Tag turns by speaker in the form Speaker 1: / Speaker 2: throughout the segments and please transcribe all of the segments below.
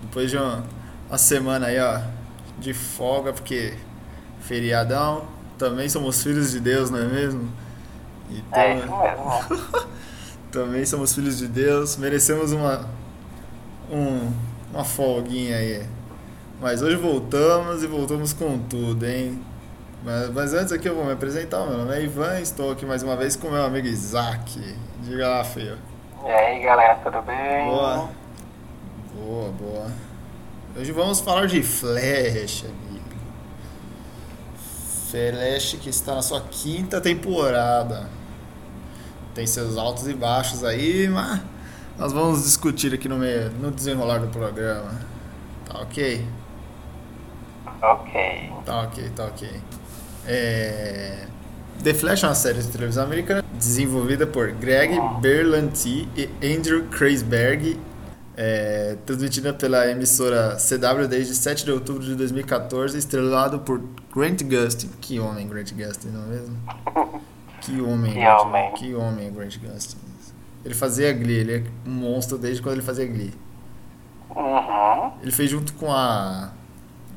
Speaker 1: Depois de uma, uma semana aí, ó, de folga, porque feriadão, também somos filhos de Deus, não é mesmo? Então,
Speaker 2: É isso mesmo. mano.
Speaker 1: também somos filhos de Deus, merecemos uma, um- uma folguinha aí. Mas hoje voltamos e voltamos com tudo, hein? Mas, mas antes aqui eu vou me apresentar, meu nome é Ivan, estou aqui mais uma vez com meu amigo Isaac. Diga lá, filho.
Speaker 2: E aí, galera, tudo bem?
Speaker 1: Boa. Boa, boa. Hoje vamos falar de Flash, amigo. Flash que está na sua quinta temporada. Tem seus altos e baixos aí, mas nós vamos discutir aqui no, meio, no desenrolar do programa. Tá ok?
Speaker 2: Ok.
Speaker 1: Tá ok, tá ok. É... The Flash é uma série de televisão americana desenvolvida por Greg
Speaker 2: Ah.
Speaker 1: Berlanti e Andrew Kreisberg, é, transmitida pela emissora CW desde 7 de outubro de 2014, estrelado por Grant Gustin. Que homem Grant Gustin, não é mesmo? Que homem,
Speaker 2: Que
Speaker 1: Grant-
Speaker 2: homem.
Speaker 1: que homem Grant Gustin. Ele fazia Glee, ele é um monstro desde quando ele fazia Glee.
Speaker 2: Uhum.
Speaker 1: Ele fez junto com a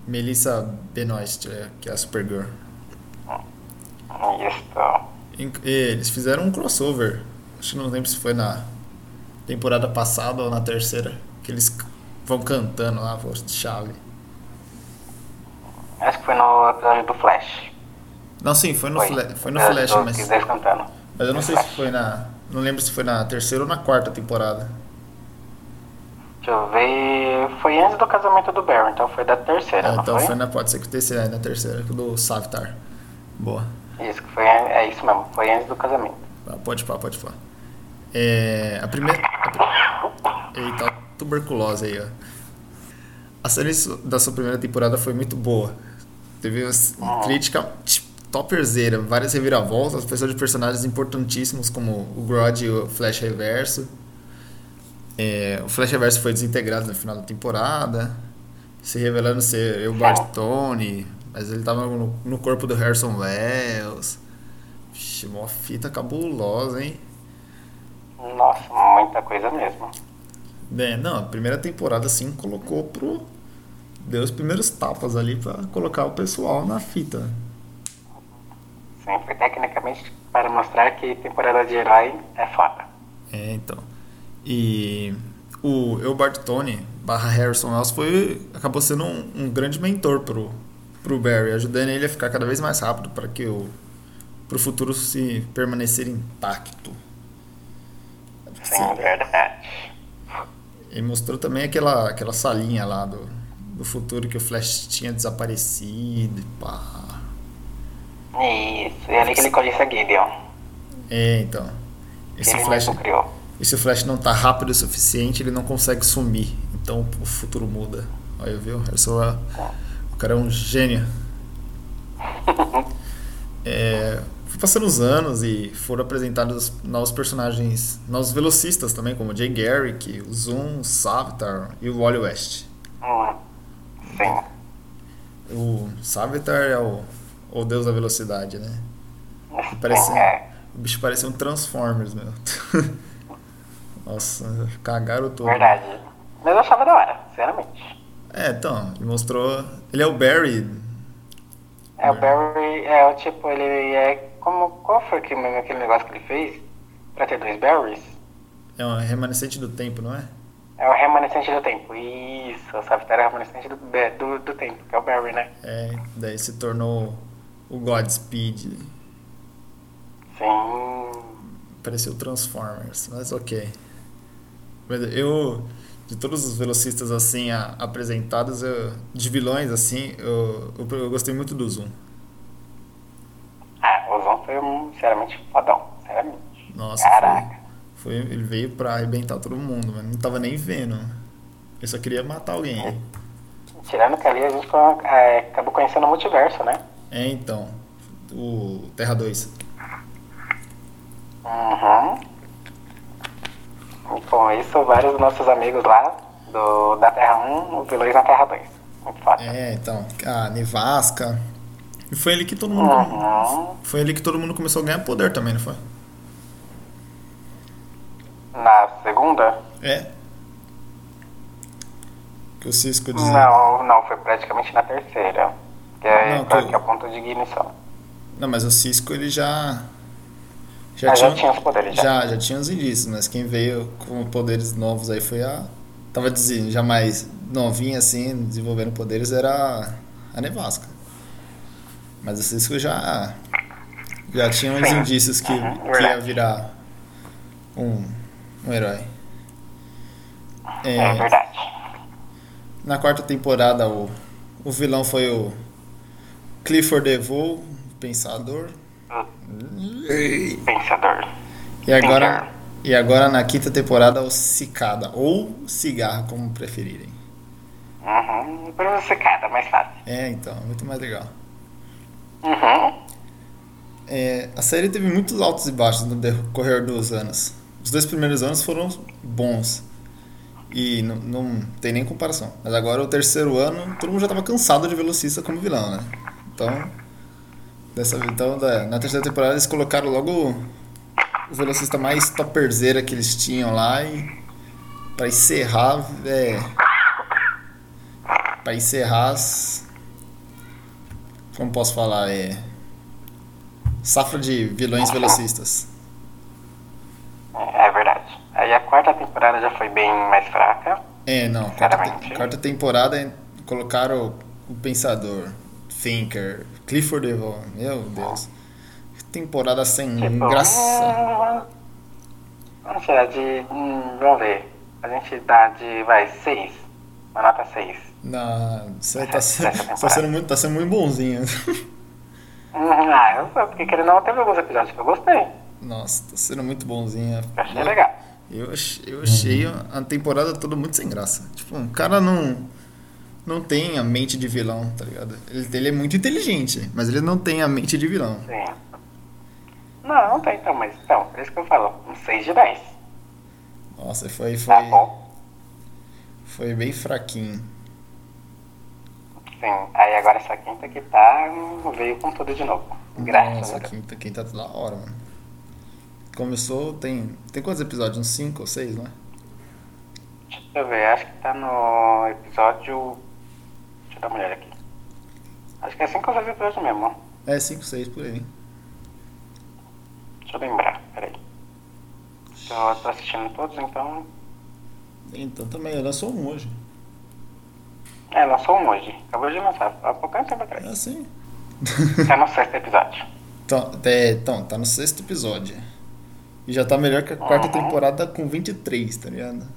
Speaker 1: Melissa Benoist, é, que é a Supergirl.
Speaker 2: Isso.
Speaker 1: Em- Eles fizeram um crossover. Acho que não lembro se foi na temporada passada ou na terceira. Que eles c- vão cantando lá, a voz de chave.
Speaker 2: Acho que foi no episódio do Flash.
Speaker 1: Não, sim, foi no, Fla- foi no
Speaker 2: Eu-
Speaker 1: Flash,
Speaker 2: eu
Speaker 1: mas,
Speaker 2: quis eles cantando.
Speaker 1: mas eu não sei se foi na. Não lembro se foi na terceira ou na quarta temporada.
Speaker 2: Deixa eu ver. Foi antes do casamento do Barry, então foi da terceira,
Speaker 1: É,
Speaker 2: não
Speaker 1: então
Speaker 2: foi?
Speaker 1: foi na pode ser que terceira, é, na terceira, que do Savitar. Boa.
Speaker 2: Isso, que foi, é isso mesmo. Foi antes do casamento.
Speaker 1: Tá, Pode pá, pode pá. É, a primeira. a pri- Eita, tuberculose aí, ó. A série su- da sua primeira temporada foi muito boa. Teve uma s- crítica tipo, topperzeira, várias reviravoltas, pessoas de personagens importantíssimos como o Grodd e o Flash Reverso. É, o Flash Reverso foi desintegrado no final da temporada, se revelando ser eu Bartone, mas ele tava no, no corpo do Harrison Wells. Vixe, mó fita cabulosa, hein?
Speaker 2: Nossa, muita coisa mesmo.
Speaker 1: Bem, É, não, a primeira temporada assim colocou pro. Deu os primeiros tapas ali pra colocar o pessoal na fita.
Speaker 2: Sim, foi tecnicamente para mostrar que temporada de herói é foda.
Speaker 1: É, então. E o Eubart Tony barra Harrison Wells foi, acabou sendo um, um grande mentor pro, pro Barry, ajudando ele a ficar cada vez mais rápido para que o pro futuro se permanecer intacto.
Speaker 2: Sim, verdade.
Speaker 1: E mostrou também aquela, aquela salinha lá do, do futuro que o Flash tinha desaparecido e pá.
Speaker 2: Isso, e é ali que ele conhece a Gideon.
Speaker 1: É, então. E
Speaker 2: Que
Speaker 1: se,
Speaker 2: ele
Speaker 1: o Flash,
Speaker 2: mesmo criou.
Speaker 1: e se o Flash não tá rápido o suficiente, ele não consegue sumir. Então o futuro muda. Olha, viu? Eu sou a- O cara é um gênio. É, foi passando os anos e foram apresentados novos personagens, novos velocistas também, como o Jay Garrick, o Zoom, o Savitar e o Wally West.
Speaker 2: Hum. Sim.
Speaker 1: O Savitar é o, o deus da velocidade, né?
Speaker 2: Sim,
Speaker 1: Parece-
Speaker 2: é.
Speaker 1: O bicho parecia um Transformers, meu. Nossa, cagaram todo.
Speaker 2: é Verdade. Mas eu achava da hora, sinceramente.
Speaker 1: É, então, ele mostrou. Ele é o Barry.
Speaker 2: É, o Barry é o tipo, ele é. Como, qual foi que, mesmo aquele negócio que ele fez? Pra ter dois Barrys?
Speaker 1: É um remanescente do tempo, não é?
Speaker 2: É o remanescente do tempo. Isso, o Savitar é o remanescente do, Ba- do, do tempo, que é o Barry, né?
Speaker 1: É, daí se tornou o Godspeed.
Speaker 2: Sim.
Speaker 1: Pareceu o Transformers, mas ok. Mas eu. De todos os velocistas assim a- apresentados, eu- de vilões assim, eu, eu, eu gostei muito do Zoom.
Speaker 2: Ah, o Zon foi um, sinceramente, fodão. Sinceramente.
Speaker 1: Nossa,
Speaker 2: Caraca.
Speaker 1: Foi, foi- ele veio pra arrebentar todo mundo, mas não tava nem vendo. Eu só queria matar alguém.
Speaker 2: É. Tirando que ali a gente foi- é, acabou conhecendo o multiverso, né?
Speaker 1: É, então. O Terra 2.
Speaker 2: Uhum. E com isso, vários dos nossos amigos lá do, da Terra 1, os vilões na Terra 2. Muito foda.
Speaker 1: É, então. A nevasca. E foi ali que todo mundo.
Speaker 2: Uhum.
Speaker 1: Foi ali que todo mundo começou a ganhar poder também, não foi?
Speaker 2: Na segunda,
Speaker 1: É. que o Cisco dizia.
Speaker 2: Não, não, foi praticamente na terceira. Que é,
Speaker 1: Não,
Speaker 2: pra-
Speaker 1: que-
Speaker 2: que é o ponto de ignição.
Speaker 1: Não, mas o Cisco ele já. um
Speaker 2: Ah, já tinha os poderes, já.
Speaker 1: Já, já tinha os indícios, mas quem veio com poderes novos aí foi a. Tava dizendo, já mais novinha assim, desenvolvendo poderes, era a Nevasca. Mas o Cisco já. Já tinha uns
Speaker 2: Sim.
Speaker 1: indícios que,
Speaker 2: Uhum,
Speaker 1: que ia
Speaker 2: verdade.
Speaker 1: virar um, um herói.
Speaker 2: é verdade.
Speaker 1: Na quarta temporada, o, o vilão foi o Clifford DeVoe, Pensador.
Speaker 2: Ah. Pensador.
Speaker 1: E agora, e agora na quinta temporada, o Cicada, ou Cigarra, como preferirem.
Speaker 2: Uhum. Por você cada mais fácil.
Speaker 1: É, então, muito mais legal.
Speaker 2: Uhum.
Speaker 1: É, a série teve muitos altos e baixos no decorrer dos anos. Os dois primeiros anos foram bons. E não, não tem nem comparação. Mas agora, o terceiro ano, todo mundo já estava cansado de velocista como vilão, né? Então, dessa, então da- na terceira temporada, eles colocaram logo o velocista mais topperzeira que eles tinham lá e. Pra encerrar, é. Pra encerrar. as- Como posso falar? É. Safra de vilões velocistas.
Speaker 2: É, é verdade. Aí a quarta temporada já foi bem mais fraca.
Speaker 1: É, não. Quarta, te-
Speaker 2: Claramente.
Speaker 1: quarta temporada é- colocaram o Pensador, Thinker, Clifford Devon. Meu Deus. Que Temporada sem
Speaker 2: Tipo,
Speaker 1: graça.
Speaker 2: hum, vamos- Vamos tirar de. hum, vamos ver. A gente dá de. Vai, 6. Uma nota 6.
Speaker 1: Na, você tá, se-
Speaker 2: Essa
Speaker 1: tá, sendo
Speaker 2: temporada.
Speaker 1: muito, tá sendo muito bonzinho.
Speaker 2: Ah, eu sou, porque querendo ou não, teve alguns episódios que eu gostei. Eu
Speaker 1: Nossa, tá sendo muito bonzinha.
Speaker 2: achei Tá legal.
Speaker 1: Eu, ach- eu achei a temporada toda muito sem graça. Tipo, o cara não, não tem a mente de vilão, tá ligado? Ele, ele é muito inteligente, mas ele não tem a mente de vilão.
Speaker 2: Sim. Não, não tem então, mas então, por isso que eu falo, um 6 de 10.
Speaker 1: Nossa, foi, foi,
Speaker 2: Tá bom.
Speaker 1: foi bem fraquinho.
Speaker 2: Sim. Aí agora essa quinta que tá, hum, veio com tudo de novo. Graças
Speaker 1: Nossa,
Speaker 2: a Deus.
Speaker 1: quinta, quinta tá da hora, mano. Começou, tem. Tem quantos episódios? Uns 5 ou 6, não é?
Speaker 2: Deixa eu ver, acho que tá no episódio. Deixa eu dar uma olhada aqui. Acho que é 5 ou 6 episódios mesmo. ó.
Speaker 1: É, 5, 6 por aí.
Speaker 2: Deixa eu lembrar, peraí. Eu tô assistindo todos, então.
Speaker 1: Então também, lançou um hoje.
Speaker 2: É, lançou um hoje. Acabou de lançar, há pouco tempo atrás.
Speaker 1: É assim.
Speaker 2: Tá no sexto episódio.
Speaker 1: Então, é, então, tá no sexto episódio. E já tá melhor que a quarta
Speaker 2: Uhum.
Speaker 1: temporada com 23, tá ligado?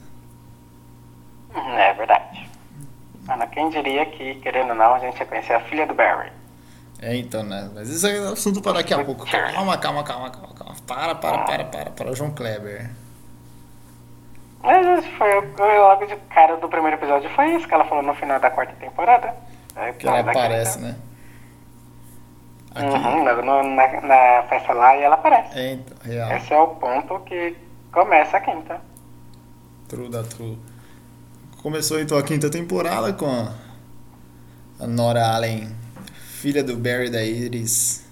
Speaker 2: Uhum, É verdade. Mano, quem diria que, querendo ou não, a gente ia conhecer a filha do Barry.
Speaker 1: É, então, né? Mas isso é assunto para daqui a pouco. Calma, calma, calma, calma, calma. Para,
Speaker 2: Ah.
Speaker 1: para, para, para, para, João Kleber.
Speaker 2: Mas esse foi o- o logo de cara do primeiro episódio. Foi isso que ela falou no final da quarta temporada. É,
Speaker 1: Que ela
Speaker 2: da
Speaker 1: aparece,
Speaker 2: quinta.
Speaker 1: né? Aqui.
Speaker 2: Uhum, logo no- na, na festa lá e ela aparece.
Speaker 1: É, então, real.
Speaker 2: Esse é o ponto que começa a quinta.
Speaker 1: True da True. Começou então a quinta temporada com a- a Nora Allen, filha do Barry da Iris.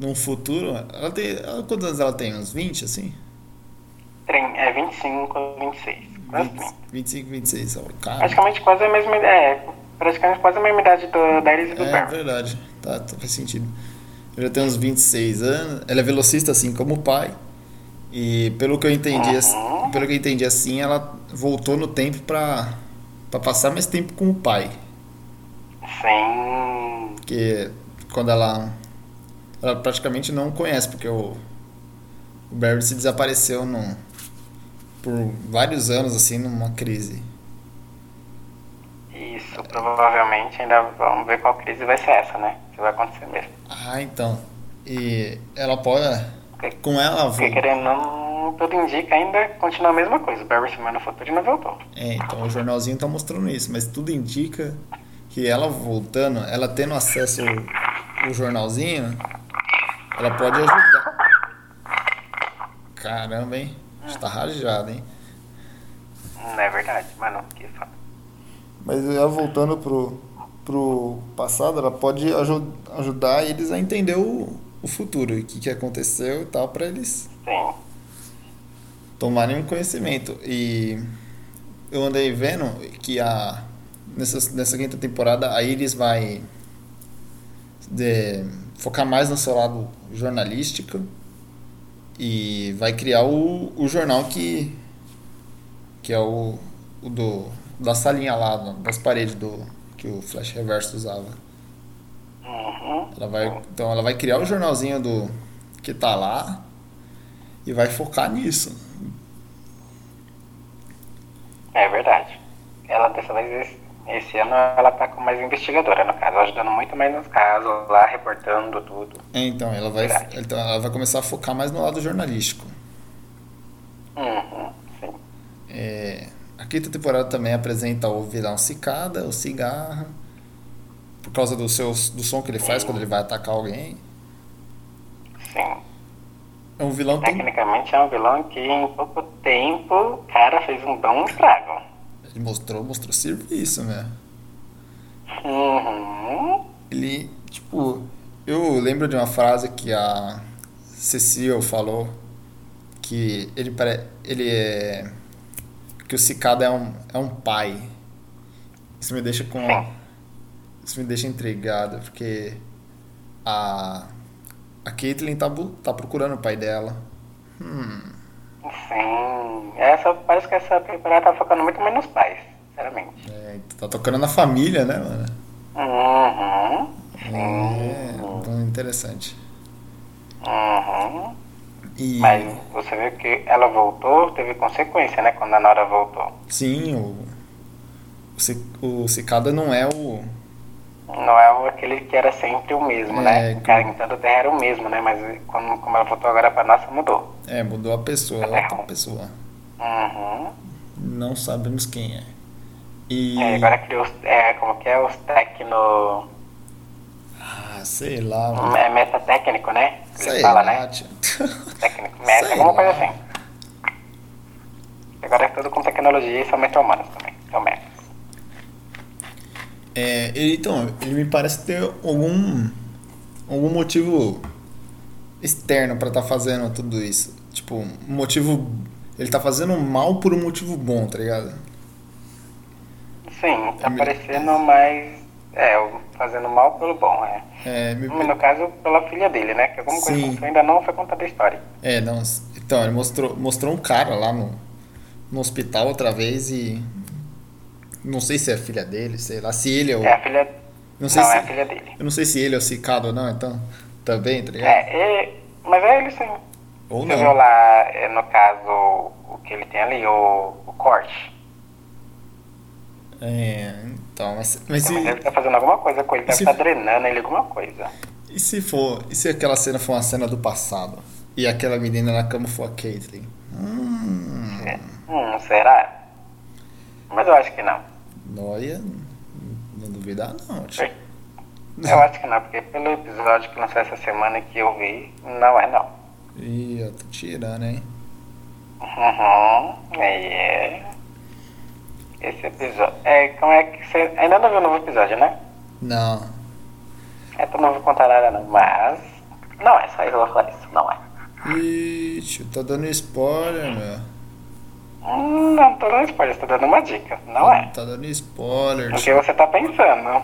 Speaker 1: Num futuro. Ela tem. ela- quantos anos ela tem? Uns 20, assim?
Speaker 2: Trin- É 25, 26. Quase
Speaker 1: 20,
Speaker 2: 30.
Speaker 1: 25, 26. ó, Cara.
Speaker 2: Ah. Praticamente quase a mesma idade. É, praticamente quase a mesma idade do, da Iris e do
Speaker 1: É
Speaker 2: Barry.
Speaker 1: verdade. Tá, tá, faz sentido. Ela tem uns 26 anos. Ela é velocista, assim como o pai. E pelo que eu entendi, ass-
Speaker 2: Uhum.
Speaker 1: pelo que eu entendi assim, ela voltou no tempo pra, pra passar mais tempo com o pai.
Speaker 2: Sim.
Speaker 1: Porque quando ela. Ela praticamente não conhece, porque o. O Barry se desapareceu num, por vários anos, assim, numa crise.
Speaker 2: Isso, provavelmente ainda vamos ver qual crise vai ser essa, né? Se vai acontecer mesmo.
Speaker 1: Ah, então. E ela pode.
Speaker 2: Porque,
Speaker 1: Com ela.
Speaker 2: porque
Speaker 1: Vo...
Speaker 2: querendo ou não, tudo indica ainda continua a mesma coisa. O Barry se no futuro e não voltou.
Speaker 1: É, então o jornalzinho tá mostrando isso, mas tudo indica que ela voltando, ela tendo acesso ao ao jornalzinho, ela pode ajudar. Caramba, hein? Está rajado, hein?
Speaker 2: Não é verdade, mano. Que foda.
Speaker 1: Mas ela voltando pro, pro passado, ela pode aju- ajudar eles a entender o, o futuro, o que, que aconteceu e tal, pra eles
Speaker 2: Sim.
Speaker 1: tomarem um conhecimento. E eu andei vendo que a, nessa, nessa quinta temporada a Iris vai de- focar mais no seu lado jornalístico e vai criar o, o jornal que que é o, o do da salinha lá da- das paredes do que o Flash Reverso usava.
Speaker 2: Uhum.
Speaker 1: Ela vai, então ela vai criar o jornalzinho do que tá lá e vai focar nisso.
Speaker 2: É verdade. Ela dessa vez, esse, esse ano, ela tá como mais investigadora, no caso, ajudando muito mais nos casos, lá reportando tudo.
Speaker 1: É, então ela vai
Speaker 2: Verdade.
Speaker 1: então ela vai começar a focar mais no lado jornalístico.
Speaker 2: Uhum, sim.
Speaker 1: É, a quinta temporada também apresenta o vilão Cicada, o Cigarra, por causa do, seu, do som que ele faz quando ele vai atacar alguém.
Speaker 2: Sim.
Speaker 1: É um vilão tão.
Speaker 2: Tecnicamente é um vilão que em pouco tempo, o cara, fez um bom estrago.
Speaker 1: Ele mostrou, mostrou serviço, né?
Speaker 2: Uhum.
Speaker 1: Ele, tipo, eu lembro de uma frase que a Cecil falou que ele pare... ele é que o cicada é um, é um pai. Isso me deixa com isso me deixa intrigado, porque a a Caitlyn tá bu- tá procurando o pai dela.
Speaker 2: Sim. Essa, parece que essa temporada tá focando muito mais nos pais, sinceramente.
Speaker 1: É, tá tocando na família, né, mano?
Speaker 2: Uhum.
Speaker 1: É, então interessante.
Speaker 2: Uhum.
Speaker 1: E
Speaker 2: Mas você vê que ela voltou, teve consequência, né? Quando a Nora voltou.
Speaker 1: Sim, o, o, ci- o Cicada não é o.
Speaker 2: Não é o- aquele que era sempre o mesmo,
Speaker 1: É,
Speaker 2: né? O cara
Speaker 1: que-
Speaker 2: em toda terra era o mesmo, né? Mas quando, como ela voltou agora pra nossa, mudou.
Speaker 1: É, mudou a pessoa, é outra pessoa.
Speaker 2: Uhum.
Speaker 1: Não sabemos quem é. E.
Speaker 2: É, agora criou os, é, como que é? Os tecno...
Speaker 1: Ah, sei lá, mano.
Speaker 2: É metatécnico, né? Que
Speaker 1: Sei
Speaker 2: Eles falam,
Speaker 1: lá,
Speaker 2: né?
Speaker 1: tio.
Speaker 2: Técnico, meta,
Speaker 1: Sei
Speaker 2: alguma coisa
Speaker 1: lá.
Speaker 2: assim. Agora é tudo com tecnologia e são meta-humanos também. São metas.
Speaker 1: É, ele- então, ele me parece ter algum. algum motivo externo pra tá fazendo tudo isso. Tipo, um motivo. Ele tá fazendo mal por um motivo bom, tá ligado?
Speaker 2: Sim, tá
Speaker 1: É me-
Speaker 2: parecendo mais... É, o- fazendo mal pelo bom, é.
Speaker 1: É, me,
Speaker 2: No caso, pela filha dele, né? Que alguma coisa
Speaker 1: Sim.
Speaker 2: aconteceu ainda não foi contada a história.
Speaker 1: É, não. s- Então, ele mostrou, mostrou um cara lá no, no hospital outra vez e. Não sei se é a filha dele, sei lá. Se ele é o.
Speaker 2: É a filha.
Speaker 1: Não sei se.
Speaker 2: é a filha dele.
Speaker 1: Eu não sei se ele é o cicado ou não, então. Também, tá ligado?
Speaker 2: É, e- mas é ele sim.
Speaker 1: Ou
Speaker 2: Você viu
Speaker 1: não.
Speaker 2: lá, é, no caso, o que ele tem ali, o, o corte.
Speaker 1: É, então, mas, mas
Speaker 2: Mas ele
Speaker 1: se,
Speaker 2: tá fazendo alguma coisa com ele, deve
Speaker 1: Esse-
Speaker 2: estar drenando ele alguma coisa.
Speaker 1: e se for. E se aquela cena for uma cena do passado? E aquela menina na cama for a Caitlyn? Hum.
Speaker 2: É. Hum, será? Mas eu acho que não.
Speaker 1: Noia. Não duvidar, não, tio.
Speaker 2: Eu-
Speaker 1: É.
Speaker 2: Eu acho que não, porque pelo episódio que lançou essa semana que eu vi, não é não.
Speaker 1: Ih, eu tô tirando, hein?
Speaker 2: Uhum, é. Esse episódio. É, como é que você. Ainda não viu o novo episódio, né?
Speaker 1: Não.
Speaker 2: Então não vou contar nada não, mas. Não é, só eu vou falar isso, não é.
Speaker 1: Ixi, tá dando spoiler, meu.
Speaker 2: Hum, Não tô dando spoiler, tô dando uma dica, não é?
Speaker 1: Tá dando spoiler,
Speaker 2: O
Speaker 1: tio.
Speaker 2: que você tá pensando?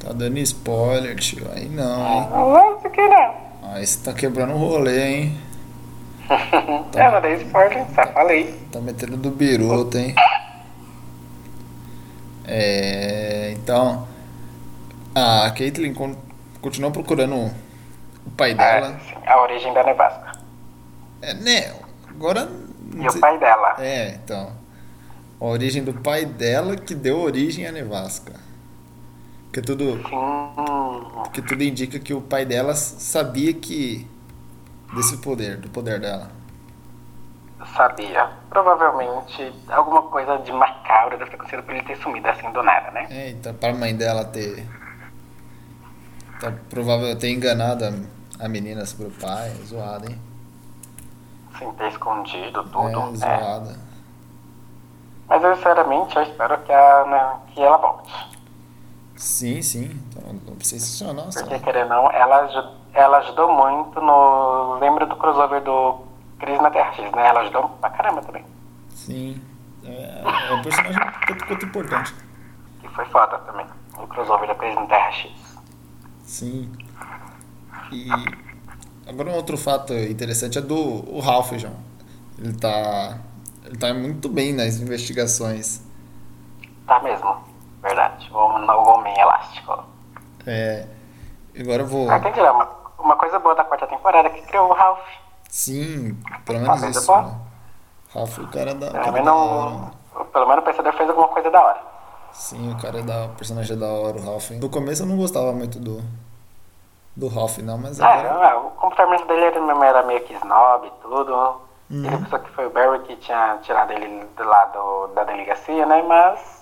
Speaker 1: Tá dando spoiler, tio. Aí não, hein?
Speaker 2: Lógico que não.
Speaker 1: Aí você tá quebrando o rolê, hein? Hum.
Speaker 2: Eu não dei spoiler, só falei.
Speaker 1: Tá metendo do biruta, hein? É. Então. A Caitlyn con- continuou procurando o pai
Speaker 2: Ah,
Speaker 1: dela.
Speaker 2: sim, a origem da nevasca.
Speaker 1: É, né? Agora.
Speaker 2: E
Speaker 1: não
Speaker 2: o
Speaker 1: sei-
Speaker 2: pai dela.
Speaker 1: É, então. A origem do pai dela que deu origem à nevasca. Porque tudo.
Speaker 2: Sim.
Speaker 1: Porque tudo indica que o pai dela s- sabia que. desse poder, do poder dela.
Speaker 2: Sabia. Provavelmente alguma coisa de macabra deve ter acontecido pra ele ter sumido assim do nada, né?
Speaker 1: É, então pra mãe dela ter. Tá provável ter enganado a, a menina sobre o pai, zoada, hein?
Speaker 2: Sem ter escondido
Speaker 1: É,
Speaker 2: tudo. É.
Speaker 1: zoada.
Speaker 2: Mas eu sinceramente eu espero que, a, né, que ela volte.
Speaker 1: Sim, sim. Então, sensacional,
Speaker 2: Porque
Speaker 1: nossa. né?
Speaker 2: querendo ou não, ela, aju- ela ajudou muito no. Lembra do crossover do Cris na Terra X, né? Ela ajudou pra caramba também.
Speaker 1: Sim. É, é um personagem tanto quanto importante.
Speaker 2: Que foi foda também. O crossover da Crazy Terra X.
Speaker 1: Sim. E agora um outro fato interessante é do o Ralph, João. Ele tá, ele tá muito bem nas investigações.
Speaker 2: Tá mesmo. Verdade. O homem, o homem elástico.
Speaker 1: É, agora eu vou...
Speaker 2: Ah, tem que tirar uma, uma coisa boa da quarta temporada é que criou o Ralph.
Speaker 1: Sim, pelo
Speaker 2: Uma
Speaker 1: menos
Speaker 2: coisa
Speaker 1: isso.
Speaker 2: boa.
Speaker 1: Né? Ralph, o cara da... o
Speaker 2: Pelo
Speaker 1: cara
Speaker 2: menos,
Speaker 1: da
Speaker 2: É, não,
Speaker 1: hora.
Speaker 2: pelo menos o pensador fez alguma coisa da hora.
Speaker 1: Sim, o cara é da... O personagem é da hora, o Ralph. No começo eu não gostava muito do... Do Ralph, não, mas
Speaker 2: Ah,
Speaker 1: agora...
Speaker 2: é, o comportamento dele era, mesmo era meio que snob e tudo. Ele pensou que foi o Barry que tinha tirado ele do lado da delegacia, né? Mas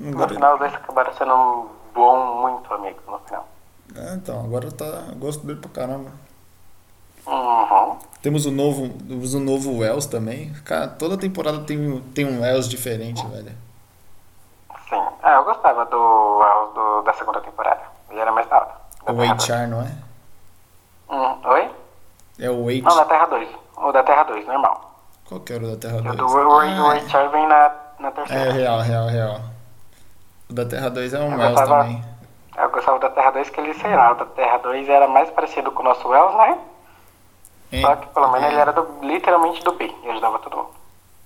Speaker 2: no
Speaker 1: agora-
Speaker 2: final os dois acabaram sendo um bom, muito amigos no final.
Speaker 1: Ah, então, agora tá... eu Gosto dele pra caramba.
Speaker 2: Uhum.
Speaker 1: Temos o novo, temos o novo Wells também. Cara, toda temporada tem, um- tem um Wells diferente, velho.
Speaker 2: Sim. Ah, eu gostava do, é, do- da segunda temporada. Ele era mais da hora. Da
Speaker 1: O
Speaker 2: Terra
Speaker 1: HR, não é?
Speaker 2: Hum, oi?
Speaker 1: É o
Speaker 2: Não, da
Speaker 1: H.
Speaker 2: Terra 2. O da Terra 2, normal.
Speaker 1: Qual que era o da Terra
Speaker 2: E
Speaker 1: 2?
Speaker 2: o É do Ray do Ray Charles vem na, na
Speaker 1: É,
Speaker 2: terceira.
Speaker 1: real, real, real. O da Terra 2 é um
Speaker 2: Eu
Speaker 1: Wells
Speaker 2: gostava-
Speaker 1: também.
Speaker 2: É, Eu gostava da Terra 2 que ele, sei lá, o da Terra 2 era mais parecido com o nosso Wells, né?
Speaker 1: É,
Speaker 2: Só que pelo menos ele era do- literalmente do bem e ajudava todo mundo.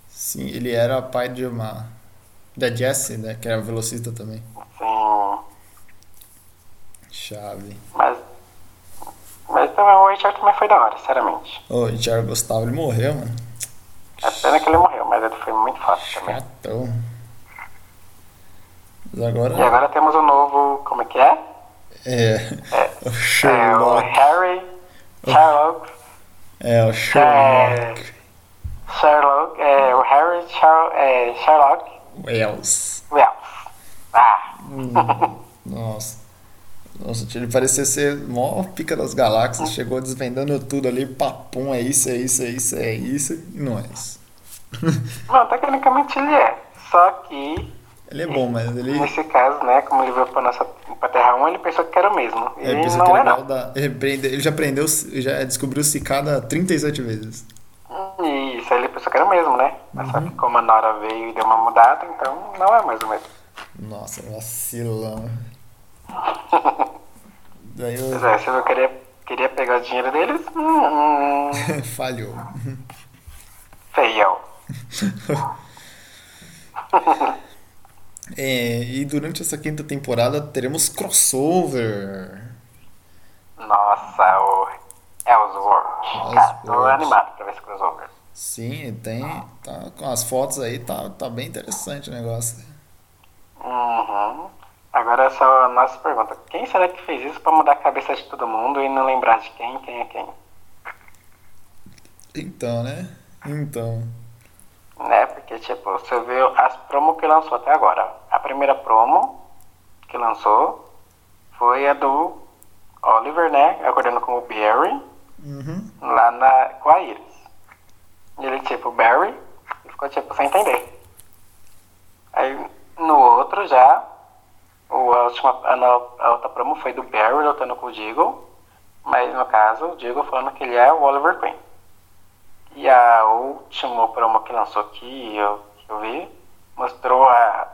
Speaker 1: Sim, ele era pai de uma. Da Jessie, né? Que era velocista também.
Speaker 2: Assim,
Speaker 1: Chave.
Speaker 2: mas. Mas também o Richard também foi da hora, sinceramente.
Speaker 1: Ô, o HR gostava, ele morreu, mano.
Speaker 2: É pena que ele morreu, mas ele foi muito fácil também.
Speaker 1: Chatão. Mas
Speaker 2: E
Speaker 1: agora.
Speaker 2: agora temos o novo. Como é que é?
Speaker 1: É. O
Speaker 2: É o
Speaker 1: Sherlock.
Speaker 2: Harry. Sherlock.
Speaker 1: É, o Sherlock.
Speaker 2: Sherlock. É o Harry Sher- é, Sherlock
Speaker 1: Wells.
Speaker 2: Wells. Ah,
Speaker 1: Nossa. Nossa, ele parecia ser mó pica das galáxias, chegou desvendando tudo ali, papum, é isso, é isso, é isso, é isso, e não é isso.
Speaker 2: Não, tecnicamente ele é. Só que,
Speaker 1: Ele é bom, mas ele,
Speaker 2: nesse caso, né, como ele veio pra, nossa, pra Terra 1, ele pensou que era o mesmo. E
Speaker 1: ele pensa que ele
Speaker 2: não é,
Speaker 1: é
Speaker 2: não.
Speaker 1: igual da. Ele, aprende- ele já aprendeu, já descobriu cicada 37 vezes.
Speaker 2: Isso, aí ele pensou que era o mesmo, né? Mas só que como a Nora veio e deu uma mudada, então não é mais o mesmo.
Speaker 1: Nossa, um vacilão. Daí
Speaker 2: Pois
Speaker 1: eu
Speaker 2: é, se eu queria, queria pegar o dinheiro deles, hum, hum,
Speaker 1: falhou.
Speaker 2: fail.
Speaker 1: É, e durante essa quinta temporada teremos crossover.
Speaker 2: Nossa, o Ellsworth. Cara, tô
Speaker 1: Ellsworth.
Speaker 2: animado pra ver esse crossover.
Speaker 1: Sim, tem. Tá, com as fotos aí, tá, tá bem interessante o negócio.
Speaker 2: Uhum. Agora só a nossa pergunta. Quem será que fez isso pra mudar a cabeça de todo mundo e não lembrar de quem, quem é quem?
Speaker 1: Então, né? Então.
Speaker 2: Né? Porque, tipo, você viu as promo que lançou até agora. A primeira promo que lançou foi a do Oliver, né? Acordando com o Barry,
Speaker 1: Uhum.
Speaker 2: lá na, com a Iris. E ele, tipo, Barry, e ficou, tipo, sem entender. Aí, no outro, já, o, a, última, a, no- a outra promo foi do Barry lutando com o Deagle, mas, no caso, o Deagle falando que ele é o Oliver Queen. E a última promo que lançou aqui, eu, que eu vi, mostrou a,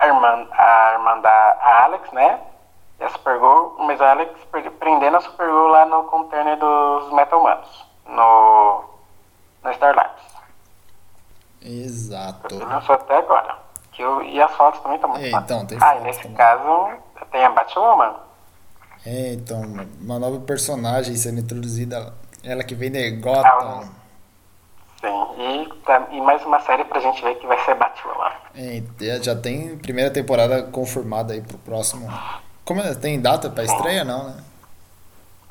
Speaker 2: a, irmã, a irmã da a Alex, né? E a Supergirl, mas a Alex pre- prendendo a Supergirl lá no container dos Metal Manos, no, no Star Labs.
Speaker 1: Exato.
Speaker 2: Ele lançou até agora. Que eu, e as fotos também estão muito
Speaker 1: É,
Speaker 2: fodas.
Speaker 1: então, tem
Speaker 2: Ah, e
Speaker 1: fotos
Speaker 2: nesse
Speaker 1: também.
Speaker 2: caso, tem a Batwoman.
Speaker 1: É, então, uma nova personagem sendo introduzida. Ela que vem de
Speaker 2: Ah,
Speaker 1: Gotham.
Speaker 2: Sim, e, tá- e mais uma série pra gente ver que vai ser Batwoman.
Speaker 1: É, te- já tem primeira temporada confirmada aí pro próximo. Como é? Tem data pra estreia, não, né?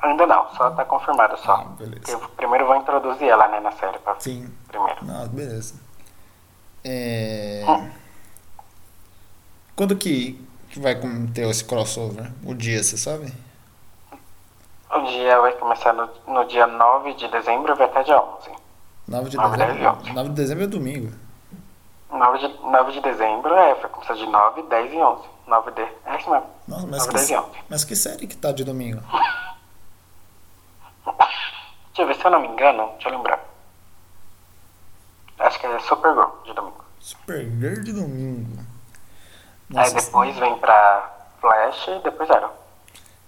Speaker 2: Ainda não, só tá confirmado só.
Speaker 1: Ah, beleza.
Speaker 2: Eu primeiro vou introduzir ela né, na série pra
Speaker 1: Sim.
Speaker 2: primeiro.
Speaker 1: Não, beleza. É... Quando que que vai com- ter esse crossover? O dia, você sabe?
Speaker 2: O dia vai começar no, no dia 9 de dezembro e vai até dia 11.
Speaker 1: 9 de
Speaker 2: Nove,
Speaker 1: dezembro?
Speaker 2: dez,
Speaker 1: 9 de dezembro é domingo.
Speaker 2: 9 de, 9 de dezembro é, vai começar de 9, 10 e 11. 9 de. É isso mesmo.
Speaker 1: Nossa, mas
Speaker 2: 9,
Speaker 1: que,
Speaker 2: 10 e 11.
Speaker 1: mas que série que tá de domingo?
Speaker 2: Deixa eu ver se eu não me engano, deixa eu lembrar. Acho que é Supergirl de domingo.
Speaker 1: Supergirl de domingo.
Speaker 2: Aí depois vem pra Flash e depois Arrow.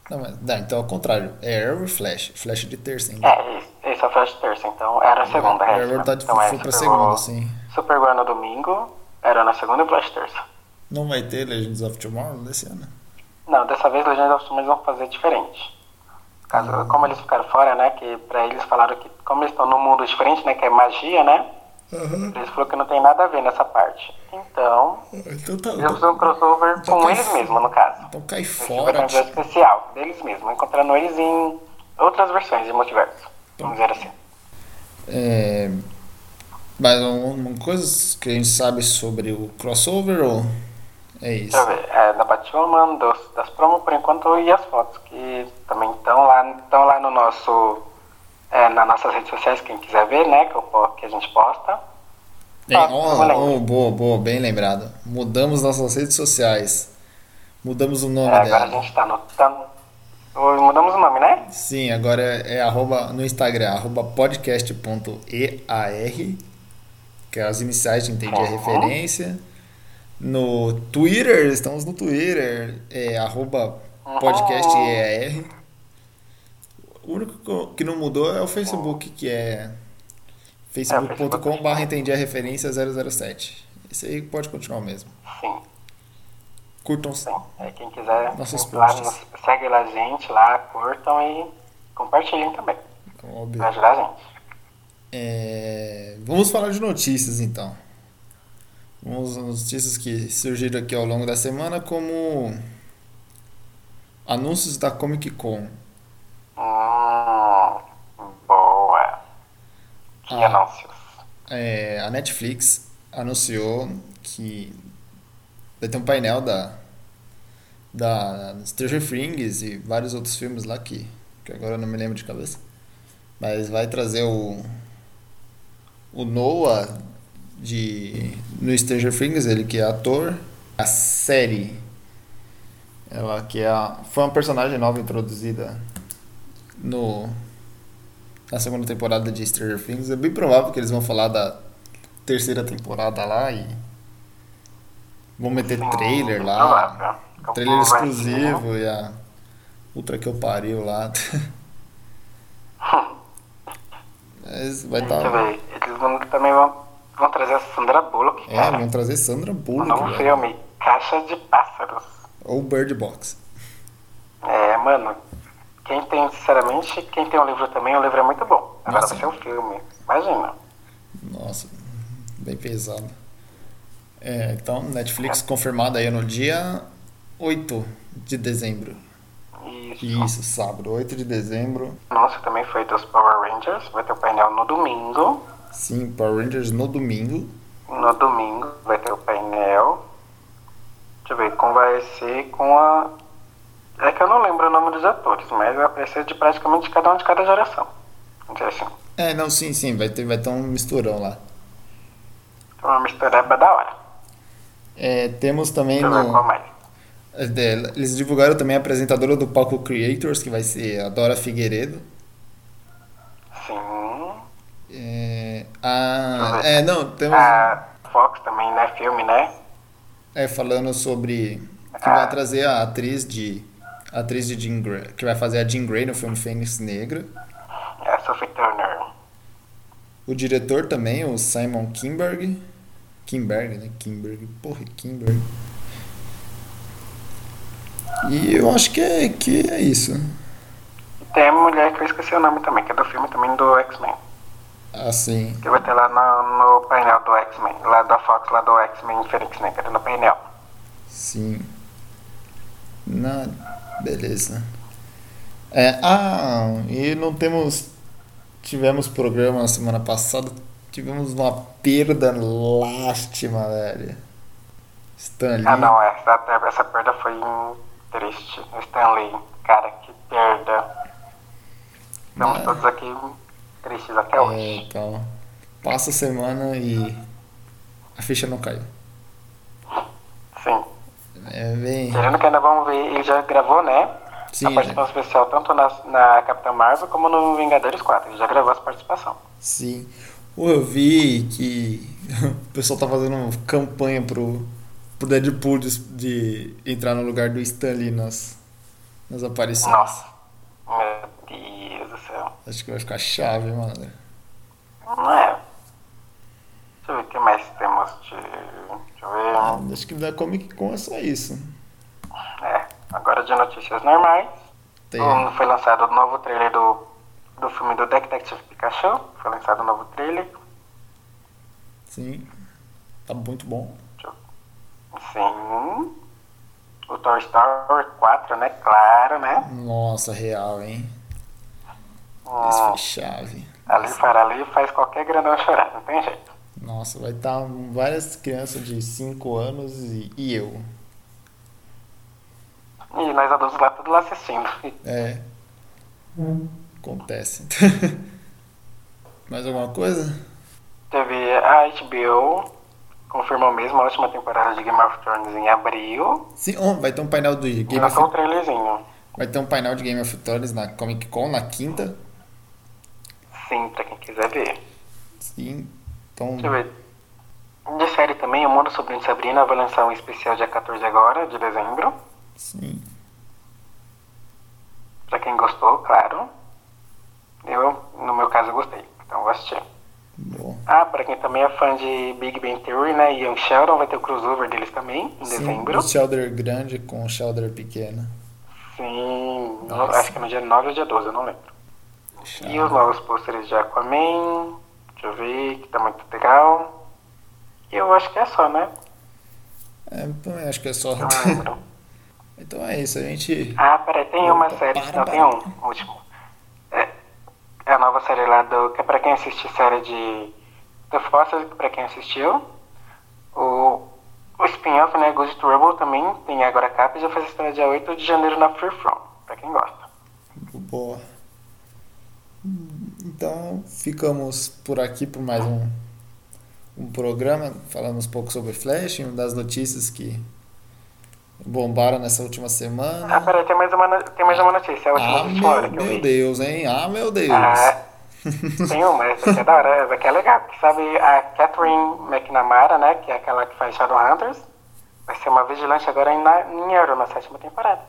Speaker 1: Não, mas, não, então é o contrário. É Arrow e Flash. Flash de terça ainda.
Speaker 2: É, esse- esse é o Flash terça, então era a segunda.
Speaker 1: É,
Speaker 2: é,
Speaker 1: Arrow tá de
Speaker 2: então
Speaker 1: foi pra
Speaker 2: Supergirl-
Speaker 1: segunda, assim.
Speaker 2: Supergirl no domingo, era na segunda e Flash terça.
Speaker 1: Não vai ter Legends of Tomorrow desse ano?
Speaker 2: Não, dessa vez Legend of Tomorrow eles vão fazer diferente. Caso,
Speaker 1: Ah.
Speaker 2: Como eles ficaram fora, né? Que pra eles falaram que, como eles estão num mundo diferente, né? Que é magia, né?
Speaker 1: Aham.
Speaker 2: Eles falaram que não tem nada a ver nessa parte. Então,
Speaker 1: Então tá.
Speaker 2: eles vão fazer um crossover
Speaker 1: Então
Speaker 2: com
Speaker 1: cai
Speaker 2: eles
Speaker 1: fo-
Speaker 2: mesmos, no caso.
Speaker 1: Então cai
Speaker 2: Esse vai ter
Speaker 1: fora.
Speaker 2: um episódio
Speaker 1: tio.
Speaker 2: especial deles mesmos, encontrando eles em outras versões de multiverso. Vamos dizer assim.
Speaker 1: É, mas uma coisa que a gente sabe sobre o crossover ou é isso?
Speaker 2: Deixa eu ver. É, da Batwoman, dos, das promos por enquanto e as fotos que também estão lá, estão lá no nosso. É, nas nossas redes sociais, quem quiser ver, né? Que, eu po- que a gente posta.
Speaker 1: É,
Speaker 2: Ah, olha aí.
Speaker 1: oh, oh, boa, boa, bem lembrado. Mudamos nossas redes sociais. Mudamos o nome
Speaker 2: É, agora a
Speaker 1: dela.
Speaker 2: gente tá no. tá no- Oi, Mudamos o nome, né?
Speaker 1: Sim, agora é, é arroba no Instagram, arroba podcast.ear, que é as iniciais de entendi a
Speaker 2: Uhum.
Speaker 1: referência. No Twitter, estamos no Twitter, é arroba podcastear. O único co- que não mudou é o Facebook, que é facebook.com.br entendi a referência 007. Esse aí pode continuar o mesmo.
Speaker 2: Sim,
Speaker 1: Curtam,
Speaker 2: sim. É, quem quiser,
Speaker 1: Nossos
Speaker 2: lá,
Speaker 1: posts.
Speaker 2: nos- segue lá a gente, lá, curtam e compartilhem também.
Speaker 1: óbvio.
Speaker 2: Pra ajudar a gente.
Speaker 1: É, Vamos falar de notícias então. Vamos às notícias que surgiram aqui ao longo da semana, como anúncios da Comic Con.
Speaker 2: Hum, boa. Que
Speaker 1: Ah.
Speaker 2: anúncios.
Speaker 1: É, a Netflix anunciou que vai ter um painel da, da Stranger Things e vários outros filmes lá que, que agora eu não me lembro de cabeça. Mas vai trazer o, o Noah de, no Stranger Things, ele que é ator. A série, ela que é a, foi uma personagem nova introduzida no, na segunda temporada de Stranger Things. É bem provável que eles vão falar da terceira temporada lá e vão meter trailer lá.
Speaker 2: Provável. Hum, Então,
Speaker 1: Trailer
Speaker 2: vai ser, né?
Speaker 1: exclusivo e a puta que eu pariu lá. Mas vai tá estar.
Speaker 2: Deixa eu ver. Eles vão, também vão, vão trazer a Sandra Bullock,
Speaker 1: É,
Speaker 2: cara.
Speaker 1: vão trazer Sandra
Speaker 2: Um
Speaker 1: Bullock,
Speaker 2: novo
Speaker 1: velho.
Speaker 2: filme, Caixa de Pássaros.
Speaker 1: Ou Bird Box.
Speaker 2: É, mano, quem tem, sinceramente, quem tem um livro também, o livro é muito bom. Agora
Speaker 1: Nossa.
Speaker 2: vai ser um filme. Imagina.
Speaker 1: Nossa, bem pesado. É, então, Netflix confirmada aí no dia 8 de dezembro.
Speaker 2: Isso.
Speaker 1: Isso, sábado, 8 de dezembro.
Speaker 2: Nossa, também foi dos Power Rangers. Vai ter o painel no domingo.
Speaker 1: Sim, Power Rangers no domingo.
Speaker 2: No domingo vai ter o painel. Deixa eu ver como vai ser com a. É que eu não lembro o nome dos atores, mas vai aparecer de praticamente cada um de cada geração. Vamos dizer assim.
Speaker 1: É, não, sim, sim, vai ter, vai ter um misturão lá.
Speaker 2: Então é uma mistureba da hora.
Speaker 1: É, temos também
Speaker 2: Deixa eu ver qual
Speaker 1: no,
Speaker 2: mais.
Speaker 1: é, eles divulgaram também a apresentadora do palco Creators, que vai ser a Dora Figueiredo.
Speaker 2: Sim.
Speaker 1: É, a, é não, temos
Speaker 2: A Fox também, né? Filme, né?
Speaker 1: é, falando sobre que vai trazer a atriz de a atriz de Jean Grey, que vai fazer a Jean Grey no filme Fênix Negra.
Speaker 2: É a Sophie Turner.
Speaker 1: O diretor também, o Simon Kimberg. Kimberg, né? Kimberg. Porra, Kimberg. E eu acho que é, que é isso.
Speaker 2: Tem a mulher que eu esqueci o nome também, que é do filme também do X-Men.
Speaker 1: Assim.
Speaker 2: Que vai ter lá no, no painel do X-Men, lá da Fox, lá do X-Men Fênix Negra, é no painel.
Speaker 1: Sim. Na... Beleza. É, ah, e não temos. Tivemos programa na semana passada. Tivemos uma perda lástima, velho. Stanley. é,
Speaker 2: Ah não, essa, essa perda foi hum, triste. O Stanley, cara, que perda. Estamos
Speaker 1: Ah.
Speaker 2: todos aqui tristes até
Speaker 1: É,
Speaker 2: hoje.
Speaker 1: então. Passa a semana e a ficha não caiu.
Speaker 2: Sim.
Speaker 1: É bem.
Speaker 2: Querendo que ainda vamos ver, ele já gravou, né?
Speaker 1: Sim,
Speaker 2: a participação especial tanto na, na Capitã Marvel como no Vingadores 4. Ele já gravou essa participação.
Speaker 1: sim. Pô, Eu vi que o pessoal tá fazendo campanha pro pro Deadpool de, de entrar no lugar do Stan Lee nas, nas aparições.
Speaker 2: Nossa. Meu Deus do céu.
Speaker 1: Acho que vai ficar chave, mano.
Speaker 2: Não é. Deixa eu ver o que mais temos de. Deixa eu ver.
Speaker 1: Ah, acho que da Comic Con é só isso.
Speaker 2: É, agora de notícias normais.
Speaker 1: Tem,
Speaker 2: Um, Foi lançado o novo trailer do, do filme do Detective Pikachu. Foi lançado o novo trailer.
Speaker 1: sim. Tá muito bom.
Speaker 2: Sim. O Toy Story 4, né? Claro, né?
Speaker 1: Nossa, real, hein? Esse
Speaker 2: Hum,
Speaker 1: foi chave.
Speaker 2: ali para ali faz qualquer grandão chorar, não tem jeito.
Speaker 1: Nossa, vai estar várias crianças de 5 anos e, e eu.
Speaker 2: E nós adultos lá tudo lá assistindo.
Speaker 1: É. Acontece. Mais alguma coisa?
Speaker 2: Teve a HBO, confirmou mesmo a última temporada de Game of Thrones em abril.
Speaker 1: Sim, oh, vai ter um painel do
Speaker 2: E
Speaker 1: Game of
Speaker 2: lançou um trailerzinho.
Speaker 1: Vai ter um painel de Game of Thrones na Comic Con na quinta.
Speaker 2: Sim, pra quem quiser ver.
Speaker 1: Sim. Então,
Speaker 2: Deixa eu ver. De série também, O Mundo Sobrinho de Sabrina vai lançar um especial dia 14 agora, de dezembro.
Speaker 1: sim.
Speaker 2: Pra quem gostou, claro. Eu, no meu caso, eu gostei. Então eu vou assistir.
Speaker 1: Bom.
Speaker 2: Ah, pra quem também é fã de Big Bang Theory, né? Young Sheldon vai ter o crossover deles também, em
Speaker 1: Sim,
Speaker 2: dezembro.
Speaker 1: o Shelder grande com o Shelder pequeno.
Speaker 2: Sim, no-
Speaker 1: Nossa. Ah.
Speaker 2: acho que é no dia 9 ou dia 12, eu não lembro. E os novos pôsteres de Aquaman. Deixa eu ver, que tá muito legal. E eu acho que é só, né?
Speaker 1: É, também acho que é só.
Speaker 2: Eu não lembro.
Speaker 1: então é isso, a gente.
Speaker 2: Ah, peraí, tem uma
Speaker 1: Opa,
Speaker 2: série.
Speaker 1: para,
Speaker 2: Não,
Speaker 1: para.
Speaker 2: tem um, último. É, é a nova série lá do. Que é pra quem assiste série de The Foster, que pra quem assistiu. O, o spin-off, né? Good Trouble também tem agora a capa e já faz estreia dia 8 de janeiro na Free From, pra quem gosta.
Speaker 1: Boa. Então ficamos por aqui por mais um, um programa. Falamos um pouco sobre Flash, uma das notícias que bombaram nessa última
Speaker 2: Ah,
Speaker 1: semana.
Speaker 2: peraí, tem mais uma, no- tem mais uma notícia. É a última
Speaker 1: Ah,
Speaker 2: última hora
Speaker 1: meu,
Speaker 2: que eu
Speaker 1: meu
Speaker 2: vi.
Speaker 1: Deus, hein? Ah, meu Deus.
Speaker 2: Ah, Tem uma, essa aqui é da hora, essa aqui é legal, porque sabe a Catherine McNamara, né, que é aquela que faz Shadowhunters, vai ser uma vigilante agora em, na, em Arrow, na sétima temporada.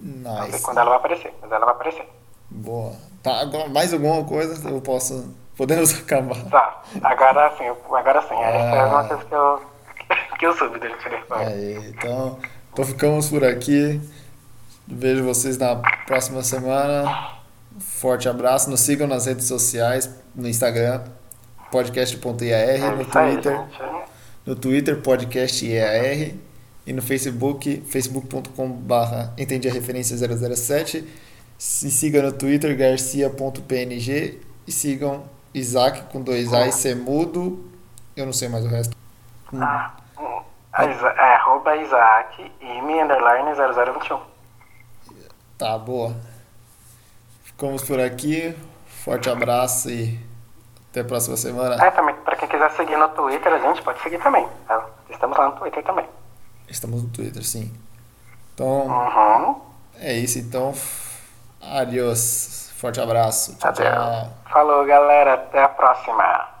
Speaker 2: Não sei
Speaker 1: Nice.
Speaker 2: quando ela vai aparecer, mas ela vai aparecer.
Speaker 1: Boa. Tá, agora mais alguma coisa eu posso. Podemos acabar.
Speaker 2: Tá, agora sim, agora sim, essa é
Speaker 1: Ah.
Speaker 2: as notícias que eu, que eu soube dele telefone.
Speaker 1: Aí, então, então ficamos por aqui. Vejo vocês na próxima semana. Forte abraço. Nos sigam nas redes sociais, no Instagram,
Speaker 2: É
Speaker 1: podcast.iar, no
Speaker 2: isso aí,
Speaker 1: Twitter,
Speaker 2: gente.
Speaker 1: no Twitter, podcast.iar e no Facebook, facebook.com.br, entendi a referência 007. Se siga no Twitter, garcia.png e sigam Isaac com dois A e Semudo. Eu não sei mais o resto.
Speaker 2: Ah, hum, a Isa- é, arroba Isaac, M, underline 0021.
Speaker 1: Tá, boa. Ficamos por aqui. Forte abraço e até a próxima semana.
Speaker 2: Ah, também, pra quem quiser seguir no Twitter, a gente pode seguir também, tá? Estamos lá no Twitter também.
Speaker 1: Estamos no Twitter, sim. Então,
Speaker 2: Uhum.
Speaker 1: é isso. Então, adiós. Forte abraço. Tchau,
Speaker 2: Adeus.
Speaker 1: tchau.
Speaker 2: Falou, galera. Até a próxima.